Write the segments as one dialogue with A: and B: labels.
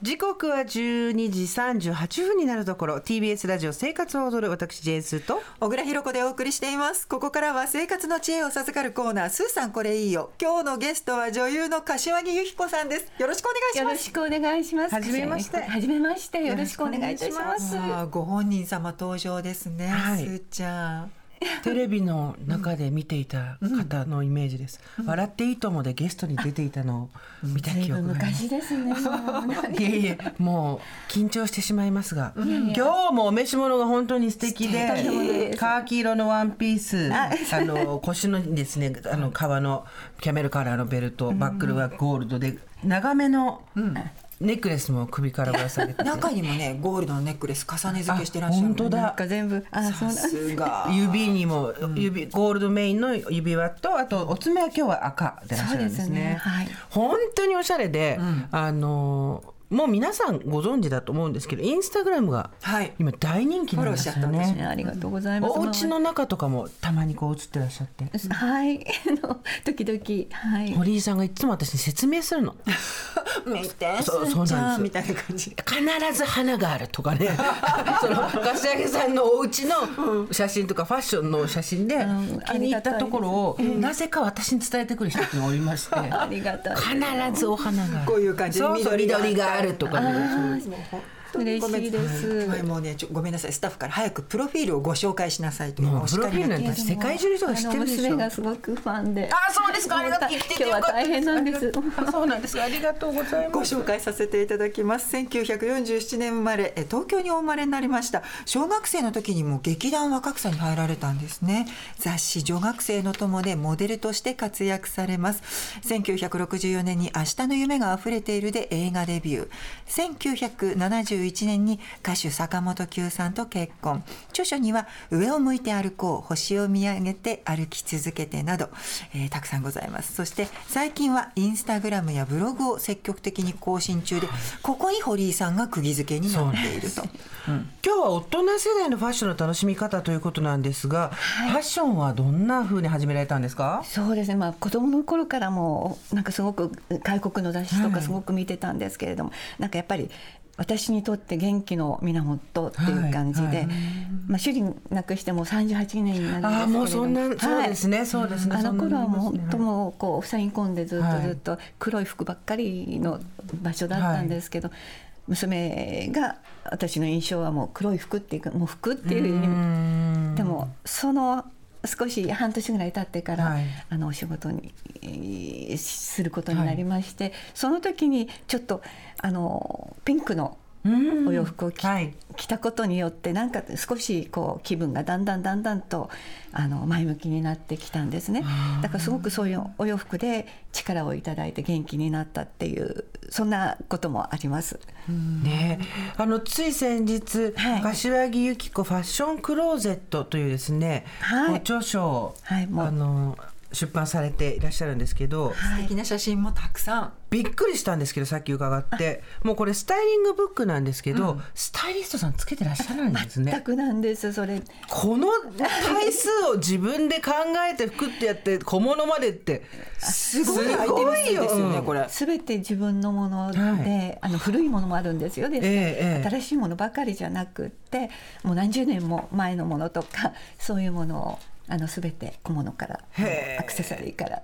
A: 時刻は12時38分になるところ TBS ラジオ生活を踊る私 JS と
B: 小倉弘子でお送りしていますここからは生活の知恵を授かるコーナースーさんこれいいよ今日のゲストは女優の柏木由紀子さんですよろしくお願いし
C: よ
B: ま
C: ろ
B: す
C: しくお願いします。
A: はじめまして
C: はじめまして。よろしくお願いいたします。
B: あーご本人様登場ですね、
A: はい
B: スーちゃん
A: テレビの中で見ていた方のイメージです「笑っていいとも」でゲストに出ていたのを見た記憶があります
C: 昔ですね。もう
A: いえいえもう緊張してしまいますが、
C: いや
A: 今日もお召し物が本当に素敵で
C: 素敵とんでもないです
A: カーキ色のワンピースあの腰のですねあの革のキャメルカラーのベルトバックルはゴールドで長めのネックレスも首からぶら下げて
B: 中にもねゴールドのネックレス重ね付けしてらっしゃる
A: あ本当だ
C: なんか全部あそう
B: さ
C: なんです。
B: すが
A: 指にも指ゴールドメインの指輪とあとお爪は今日は赤でらっしゃるんです
C: そうです
A: ね
C: ねはい
A: 本当におしゃれで、あのもう皆さんご存知だと思うんですけどインスタグラムが
B: はい
A: 今大人気なんですよ
B: フォローしちゃ
A: ね
B: ったんです
C: ねありがとうございます。
A: お家の中とかもたまにこう映ってらっしゃって
C: まあ はいあの時々はい。
A: 堀井さんがいつも私に説明するの
B: 見て
A: そう
B: スーち
A: そうなんで
B: ゃ
A: す
B: んみたいな感じ
A: 必ず花があるとか ねその柏木さんのお家の写真とかファッションの写真で
C: うん
A: 気に入ったところをなぜか私に伝えてくる人っていうのがおりまして
C: ありがたい。
A: 必ずお花がある
B: こういう感じで
A: そうそう
B: 緑が
A: 緑が
B: あった
A: あるとかね
B: もう本当に
C: 嬉
B: ごめん
C: しいです。
B: はいもうねちょごめんなさいスタッフから早くプロフィールをご紹介しなさいと
A: もう
B: お叱りになって
A: プロフィールなんて世界中の人が知ってるでしょ
C: あの娘がすごくファンで。
A: あそうですかありがとう
C: も
A: 生
C: う
A: きて
C: た
A: て
C: 今
A: よか
C: 日は
A: った
C: 大変なんで
A: あり
C: す
A: が。とうあそうなんですありがとうござい
B: ご
A: ます
B: 紹介させていただきます1947年生まれえ東京にお生まれになりました小学生の時にも劇団若草に入られたんですね雑誌女学生の友でモデルとして活躍されます1964年に明日の夢が溢れているで映画デビュー1971年に歌手坂本九さんと結婚著書には上を向いて歩こう星を見上げて歩き続けてなど、えーたくさんございますそして最近はインスタグラムやブログを積極的に更新中でここに堀井さんが釘付けになっていると
A: 今日は大人世代のファッションの楽しみ方ということなんですが、ファッションはどんな風に始められたんですか
C: そうですね、まあ、子供の頃からもなんかすごく外国の雑誌とかすごく見てたんですけれども、なんかやっぱり私にとって元気の源っていう感じで、
A: はいはい
C: まあ、主人亡くしてもう38年にな
A: ああー
C: るん
A: も
C: で
A: う
C: すけれど
A: そんな、そうです
C: ね
A: ねそうですね
C: あの頃はもう本当
A: う
C: もうこう塞ぎ込んでずっ
A: は
C: と
A: い
C: ずっと黒い服ばっかりの場所だったんですけど、娘が私の印象はもう黒い服っていうかもう服っていう意味
A: ん
C: でもその少し半年ぐらい経ってから、
A: はい
C: あのお仕事にえーすることになりまして、その時にちょっとあのピンクのお洋服を着,、
A: はい
C: 着たことによってなんか少しこう気分がだんだんだんだんとあの前向きになってきたんですねだからすごくそういうお洋服で力をいただいて元気になったっていうそんなこともあります。
A: ねあのつい先日、
C: はい
A: 柏木由紀子ファッションクローゼットというですね、
C: はい
A: ご著書を、
C: はいもう
A: あの出版されていらっしゃるんですけど、
B: 素敵な写真もたくさん
A: びっくりしたんですけどさっき伺ってもうこれスタイリングブックなんですけど、スタイリストさんつけてらっしゃるんですね
C: 全くなんですそれ
A: この回数を自分で考えて服ってやって小物まで ってす
B: すごいアイテム数ですよねこれ
C: すべて自分のもので、
A: はい
C: あの古いものもあるんですよですね、
A: ええええ
C: 新しいものばかりじゃなくってもう何十年も前のものとかそういうものをあのすべて小物から
A: へえ
C: アクセサリーから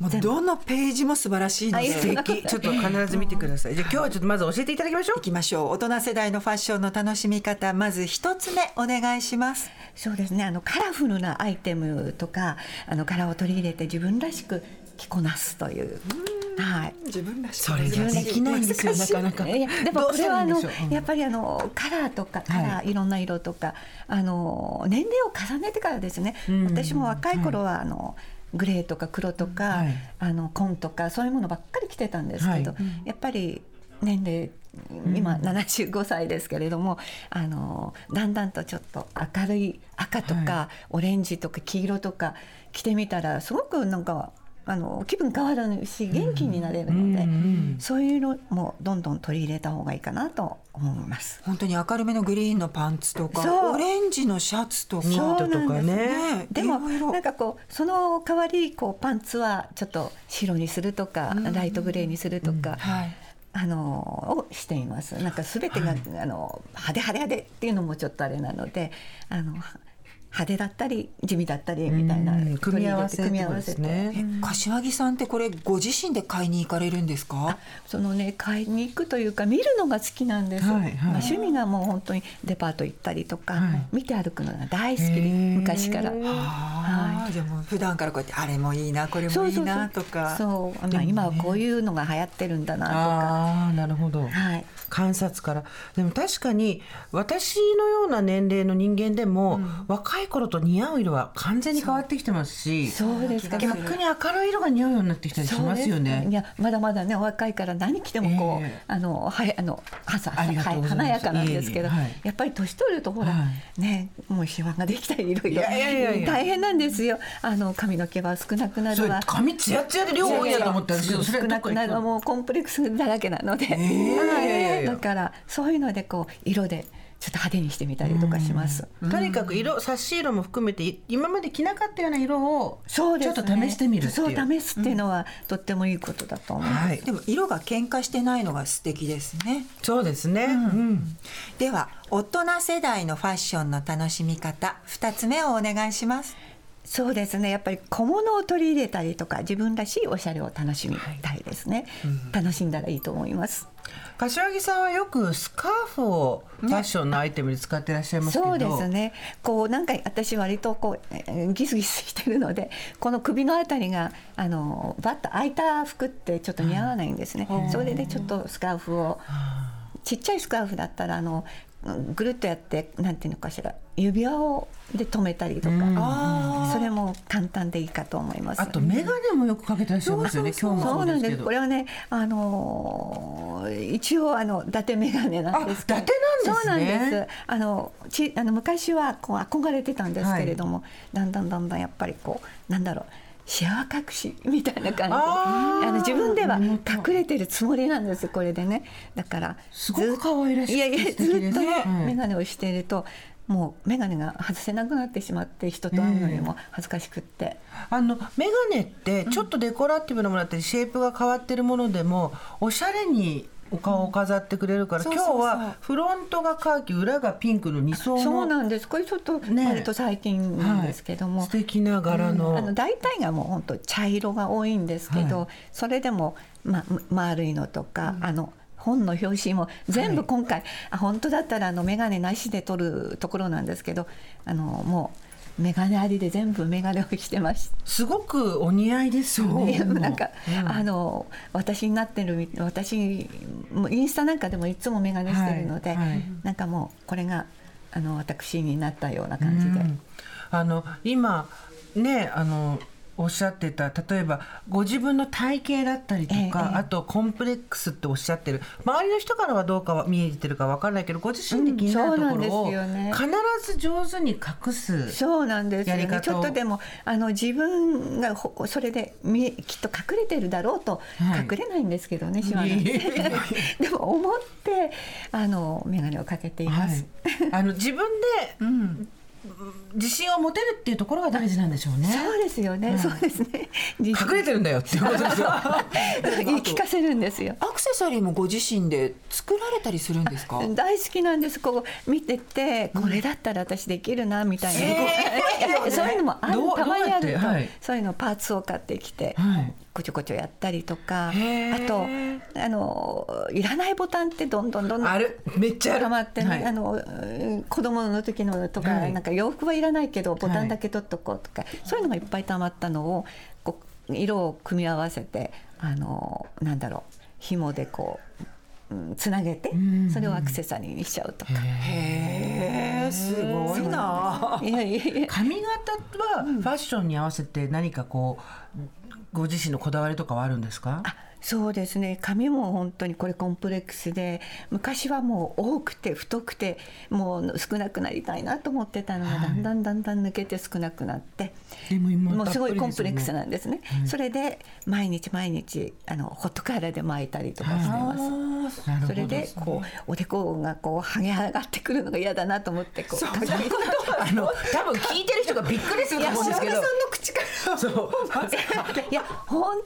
B: もうどのページも素晴らしいので
C: あいいです
A: 素敵ちょっと必ず見てくださいじゃあ今日はちょっとまず教えていただきましょう
B: いきましょう大人世代のファッションの楽しみ方まず一つ目お願いします
C: そうですねあのカラフルなアイテムとかあの柄を取り入れて自分らしく着こなすという。はい、
B: 自分らし
A: それができないんですよなかなか
C: いやでも
A: ど
C: こ
A: うし
C: れ
A: た
C: は
A: らいいん
C: あ
A: で
C: の
A: しょううん
C: やっぱりあのカラーとかカラー、い、ろんな色とかあの年齢を重ねてからですね、私も若い頃はあの、グレーとか黒とか、
A: はい
C: あの紺とかそういうものばっかり着てたんですけど、
A: は
C: やっぱり年齢今75歳ですけれども、あのだんだんとちょっと明るい赤とか、オレンジとか黄色とか着てみたらすごくなんかあの気分変わるし元気になれるので、
A: うんうん
C: そういうのもどんどん取り入れた方がいいかなと思います。
B: 本当に明るめのグリーンのパンツと
C: そ
B: か
C: う
B: オレンジのシャツとか
A: ニットとか
C: そうなん
A: ね
B: ね
C: でも
B: いろいろ
C: なんかこうその代わりこうパンツはちょっと白にするとか、ライトグレーにするとか、
B: はい
C: あのをしていますなんか全てが、あの派手派手派手っていうのもちょっとあれなのであのは派手だったり地味だったりみたいな
A: うん組み合わせ
C: 取り入れて
A: ってことですね
B: え柏木さんってこれご自身で買いに行かれるんですか
C: そのね買いに行くというか見るのが好きなんです、
A: はいはい
C: まあ、趣味がもう本当にデパート行ったりとか、
A: はい
C: 見て歩くのが大好き
A: へ
C: で
A: ー
C: 昔から。
B: ああ、じゃあもう普段からこうやってあれもいいなこれもいいなとか
C: そうまあ、今はこういうのが流行ってるんだな
A: ああなるほど、
C: とか、はい、
A: 観察からでも確かに私のような年齢の人間でも、若い頃と似合う色は完全に変わってきてますし
C: そうですか
A: 逆に明るい色が似合うようになってきたりしますよ
C: そうです
A: ね
C: いやまだまだねお若いから何着てもこう、
A: ええ
C: あのはいあのはさ
A: ありがとうございます
C: 華やかなんですけど
A: いえいえはい
C: やっぱり年取るとほら、
A: は
C: ねもうシワができたりいろいろ
A: いやいやいやいや
C: 大変なんですよあの髪の毛は少なくな
A: そ
C: る
A: れ
C: わ。
A: 髪ツヤツヤで両方いいやと思ったんですけどそれ
C: 少
A: は
C: な
A: どこ
C: く
A: 行
C: な
A: く
C: るは
A: の
C: もうコンプレックスだらけなので、
A: いやいやいや
C: だからそういうのでこう色でちょっと派手にしてみたりとかします。
A: とにかく色差し色も含めてい今まで着なかったような色を
C: そうですね
A: ちょっと試してみるっていう
C: そう試すっていうのは、とってもいいことだと思う。
A: はい
B: でも色が喧嘩してないのが素敵ですね
A: そうですね、うん
B: では大人世代のファッションの楽しみ方二つ目をお願いします
C: そうですねやっぱり小物を取り入れたりとか自分らしいおしゃれを楽しみたいですね、楽しんだらいいと思います
A: 柏木さんはよくスカーフをファッションのアイテムで使ってらっしゃいますけど、
C: そうですねこうなんか私割とこうえーギスギスしてるのでこの首のあたりがあのバッと開いた服ってちょっと似合わないんですね、それでちょっとスカーフをちっちゃいスカーフだったらあのぐるっとやってなんていうのかしら指輪をで留めたりとか、
B: あ
C: それも簡単でいいかと思います
A: あと眼鏡もよくかけてらっしゃいますよね
B: そ
A: 今日も
C: そう
A: そう
C: な
A: で
C: ん
A: す
C: で
A: け
C: す。
A: ど
C: これはね、あのー一応あの伊達メガネなんですけど。
A: あ伊達なんですね
C: そうなんです。あのちあの昔はこう憧れてたんですけれども、だんだんだんだんやっぱりこうなんだろう。シワ隠しみたいな感じで
A: あ
C: あ
A: ー
C: の自分で
A: な
C: は
A: るほど
C: 隠れてるつもりなんですこれでねだから
A: すごく可愛らしくて
C: いやいやず
A: 素
C: っ
A: 敵
C: と
A: で
C: ね
A: すねはい
C: 眼鏡をしているともう眼鏡が外せなくなってしまって人と会うのにも恥ずかしくって、
A: あの眼鏡ってちょっとデコラティブなものだったり、シェイプが変わってるものでもおしゃれにお顔を飾ってくれるから、
B: そうそ
A: 今
B: うそう
A: 日はフロントがカーキ裏がピンクの2層の
C: そうなんですこれちょっと
A: ね
C: 割と最近なんですけども、
A: 素敵な柄の,、
C: あの大体がもう本当茶色が多いんですけど、
A: はい
C: それでも、ま、丸いのとか、あの本の表紙も全部今回、あ本当だったらあの眼鏡なしで撮るところなんですけどあのもう眼鏡ありで全部眼鏡をしてまし
A: すごくお似合いですよ
C: た、
A: ね。もう
C: なんか、あの私になってるみ私もうインスタなんかでもいつも眼鏡してるので、
A: はいはい
C: なんかもうこれがあの私になったような感じで。
A: うんあの今ねあのおっしゃってた例えばご自分の体型だったりとか、
C: ええええ
A: あとコンプレックスっておっしゃってる周りの人からはどうかは見えてるかわからないけどご自身で気になるところを、
C: うんそうなんです
A: 必ず上手に隠す。
C: そうなんですよ
A: やり方
C: ね
A: を
C: ちょっとでもあの自分がほそれで見えきっと隠れてるだろうと、
A: はい
C: 隠れないんですけどねシワなん
A: いえ
C: て
A: いえいえ
C: でも思ってあの眼鏡をかけていま
A: は
C: す
A: い、、あの自分で自信を持てるっていうところが大事なんでしょうね。
C: そうですよね、そうですね
A: 隠れてるんだよっていうこと ですよ。
C: 言い聞かせるんですよ
B: アクセサリーもご自身で作られたりするんです か
C: 大好きなんですこう見ててこれだったら私できるなみたいな、い やそういうのもある
A: どう
C: たまにあ
A: どう
C: る
A: やって
C: と、
A: はい
C: そういうのパーツを買ってきて、
A: はい
C: こちょこちょやったりとかあ
A: へー
C: とあのいらないボタンってどんどんどんどん
A: あるめっちゃある。
C: たまってね、
A: はい
C: あのうん子供の時のとか、
A: はい
C: なんか洋服はいらないけどボタンだけ取っとこうとか、そういうのがいっぱいたまったのをこう色を組み合わせてあのなんだろう紐でこう、うんつなげてそれをアクセサリーにしちゃうとか。
B: へえすごいない
C: やいやいや
A: 髪型はファッションに合わせて何かこうご自身のこだわりとかはあるんですか
C: あそうですね髪も本当にこれコンプレックスで昔はもう多くて太くてもう少なくなりたいなと思ってたのが、だんだんだんだん抜けて少なくなって
A: でも今
C: もうすごいコンプレックス
A: な
C: なんですね、それで毎日毎日あのホットカーラーで巻いたりとかしてます。
A: るほど
C: それでこうおでこがこうはげ上がってくる のが嫌だなと思ってこう鏡
A: あの多分聞いてる人がびっくりすると思うんですけど
B: いや
C: 口から
A: そう
C: いや本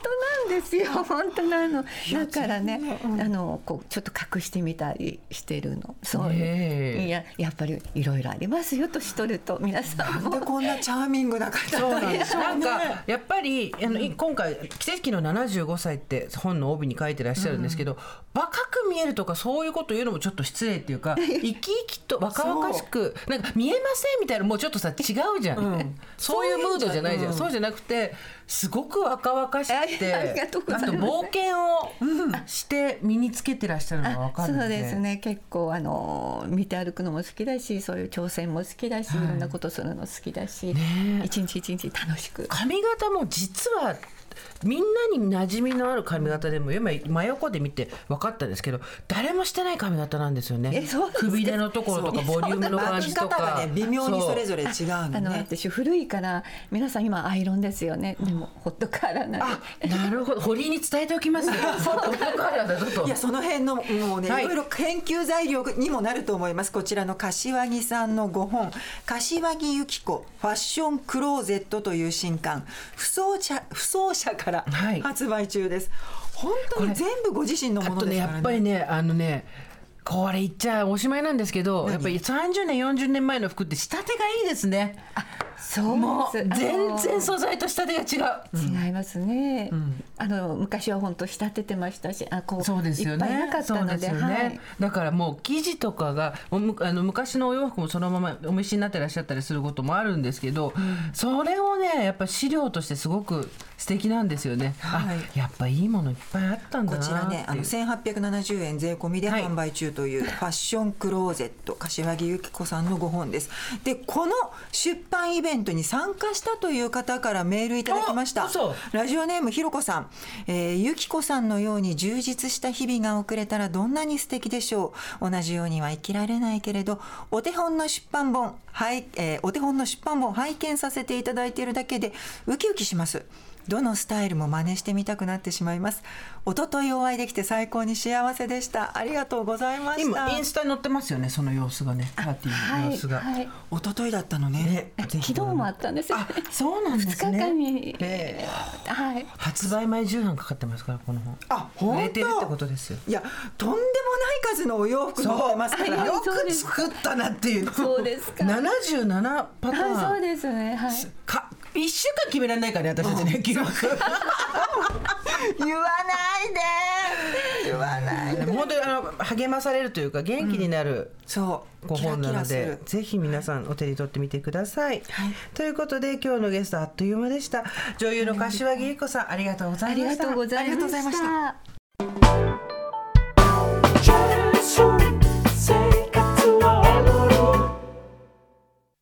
C: 当なんですよ本当なのだからね、あのこうちょっと隠してみたりしてるのそう、
A: ねえ
C: いややっぱりいろいろありますよ年取ると皆さん
B: で
C: も
B: こんなチャーミングな方
A: そう
B: な
A: なん
B: ん
A: で
B: ですし
A: よ
B: ょ
A: な
B: うんね
A: かやっぱりあの、い今回「奇跡の75歳」って本の帯に書いてらっしゃるんですけど、若く見えるとかそういうこと言うのもちょっと失礼っていうか生き生きと若々しくなんか見えませんみたいなもうちょっとさ違うじゃん、
B: ん
A: そういうムードじゃないじゃん、そうじゃなくてすごく若々しくて
C: ありがとうございます
A: あと冒険をして身につけてらっしゃるのがわかるん
C: そうですね結構あの見て歩くのも好きだしそういう挑戦も好きだし、い、ろんなことするの好きだし、一日一日楽しく
A: 髪型も実はみんなに馴染みのある髪型でも今真横で見て分かったんですけど誰もしてない髪型なんですよね
C: えそうですか
A: 首出のところとかボリュームの感
B: 巻
A: じ
B: き
A: と
B: 方
A: か
B: がね微妙に それぞれ違うの
C: あの
B: ね
C: 私古いから皆さん今アイロンですよねでもほっと変わらない
A: そうなるほど堀井に伝えておきますね男からだと
B: いやその辺のもうね、
A: はい
B: い、ろいろ研究材料にもなると思いますこちらの柏木さんの5本「柏木由紀子ファッションクローゼット」という新刊「不走者不走者」から
A: はい
B: 発売中です、本当に全部ご自身の
A: あ
B: もの
A: と
B: で
A: ね
B: すから
A: やっぱ
B: ね
A: りねあのねこれ言っちゃおしまいなんですけどやっぱり30年40年前の服って仕立てがいいですね
C: そ
A: も
C: う
A: う
C: です
A: 全然
C: そ
A: 素材と仕立てが違う
C: 違いますね、あの昔は本当仕立ててましたしあこう
A: そうですよね。
C: いっぱいなかった
A: そ
C: の
A: う
C: です
A: よねだからもう生地とかがおむあの昔のお洋服もそのままお召しになってらっしゃったりすることもあるんですけど、それをねやっぱ資料としてすごく素敵なんですよね。
B: はい
A: あやっぱいいものいっぱいあったんだ
B: こ
A: なって
B: ち
A: いう
B: らねあの1870円税込みで
A: はい
B: 販売中 というファッションクローゼット柏木由紀子さんの5本ですでこの出版イベントに参加したという方からメールいただきまし
A: あ
B: た
A: 嘘
B: ラジオネームひろこさん、えー、由紀子さんのように充実した日々が送れたらどんなに素敵でしょう同じようには生きられないけれどお手本の出版本、はいえーお手本の出版本を拝見させていただいているだけでウキウキしますどのスタイルも真似してみたくなってしまいます一昨日お会いできて最高に幸せでしたありがとうございました
A: 今インスタに載ってますよねその様子がねパーティーの
C: はい
A: 様子が。
C: はい
B: 一昨日だったのね
A: ねぜ
C: 昨
A: ひ
C: 日もあったんですよ、ね
A: あ、そうなんで
C: 2
A: す
C: 日
A: ね。
C: 間に、
A: え
C: はい
A: ー発売前10半かかってますからこの本。
B: あ本当
A: 売れてるってことですよ。
B: いやとんでもない数のお洋服持ってますから
A: よ
C: よ
A: く
C: く
A: 作ったなっていう。
C: そうですか
A: 77パタ
C: はい
A: ー
C: そう
A: ン。
C: ですねはい
A: か一週間決められないからね私たちね記録
B: 言わないで言わないで
A: 本当にあの励まされるというか元気になる
B: そう
A: ご本なの
B: キラキラす
A: で
B: る
A: ぜひ皆さんお手に取ってみてください、ということで今日のゲストあっという間でした女優の柏木由紀子さんありがとうござ
C: あ
A: い
C: り
A: ま
C: が
A: した
C: とうござい
B: ありがとうござい
C: ま
B: ま
C: し
B: した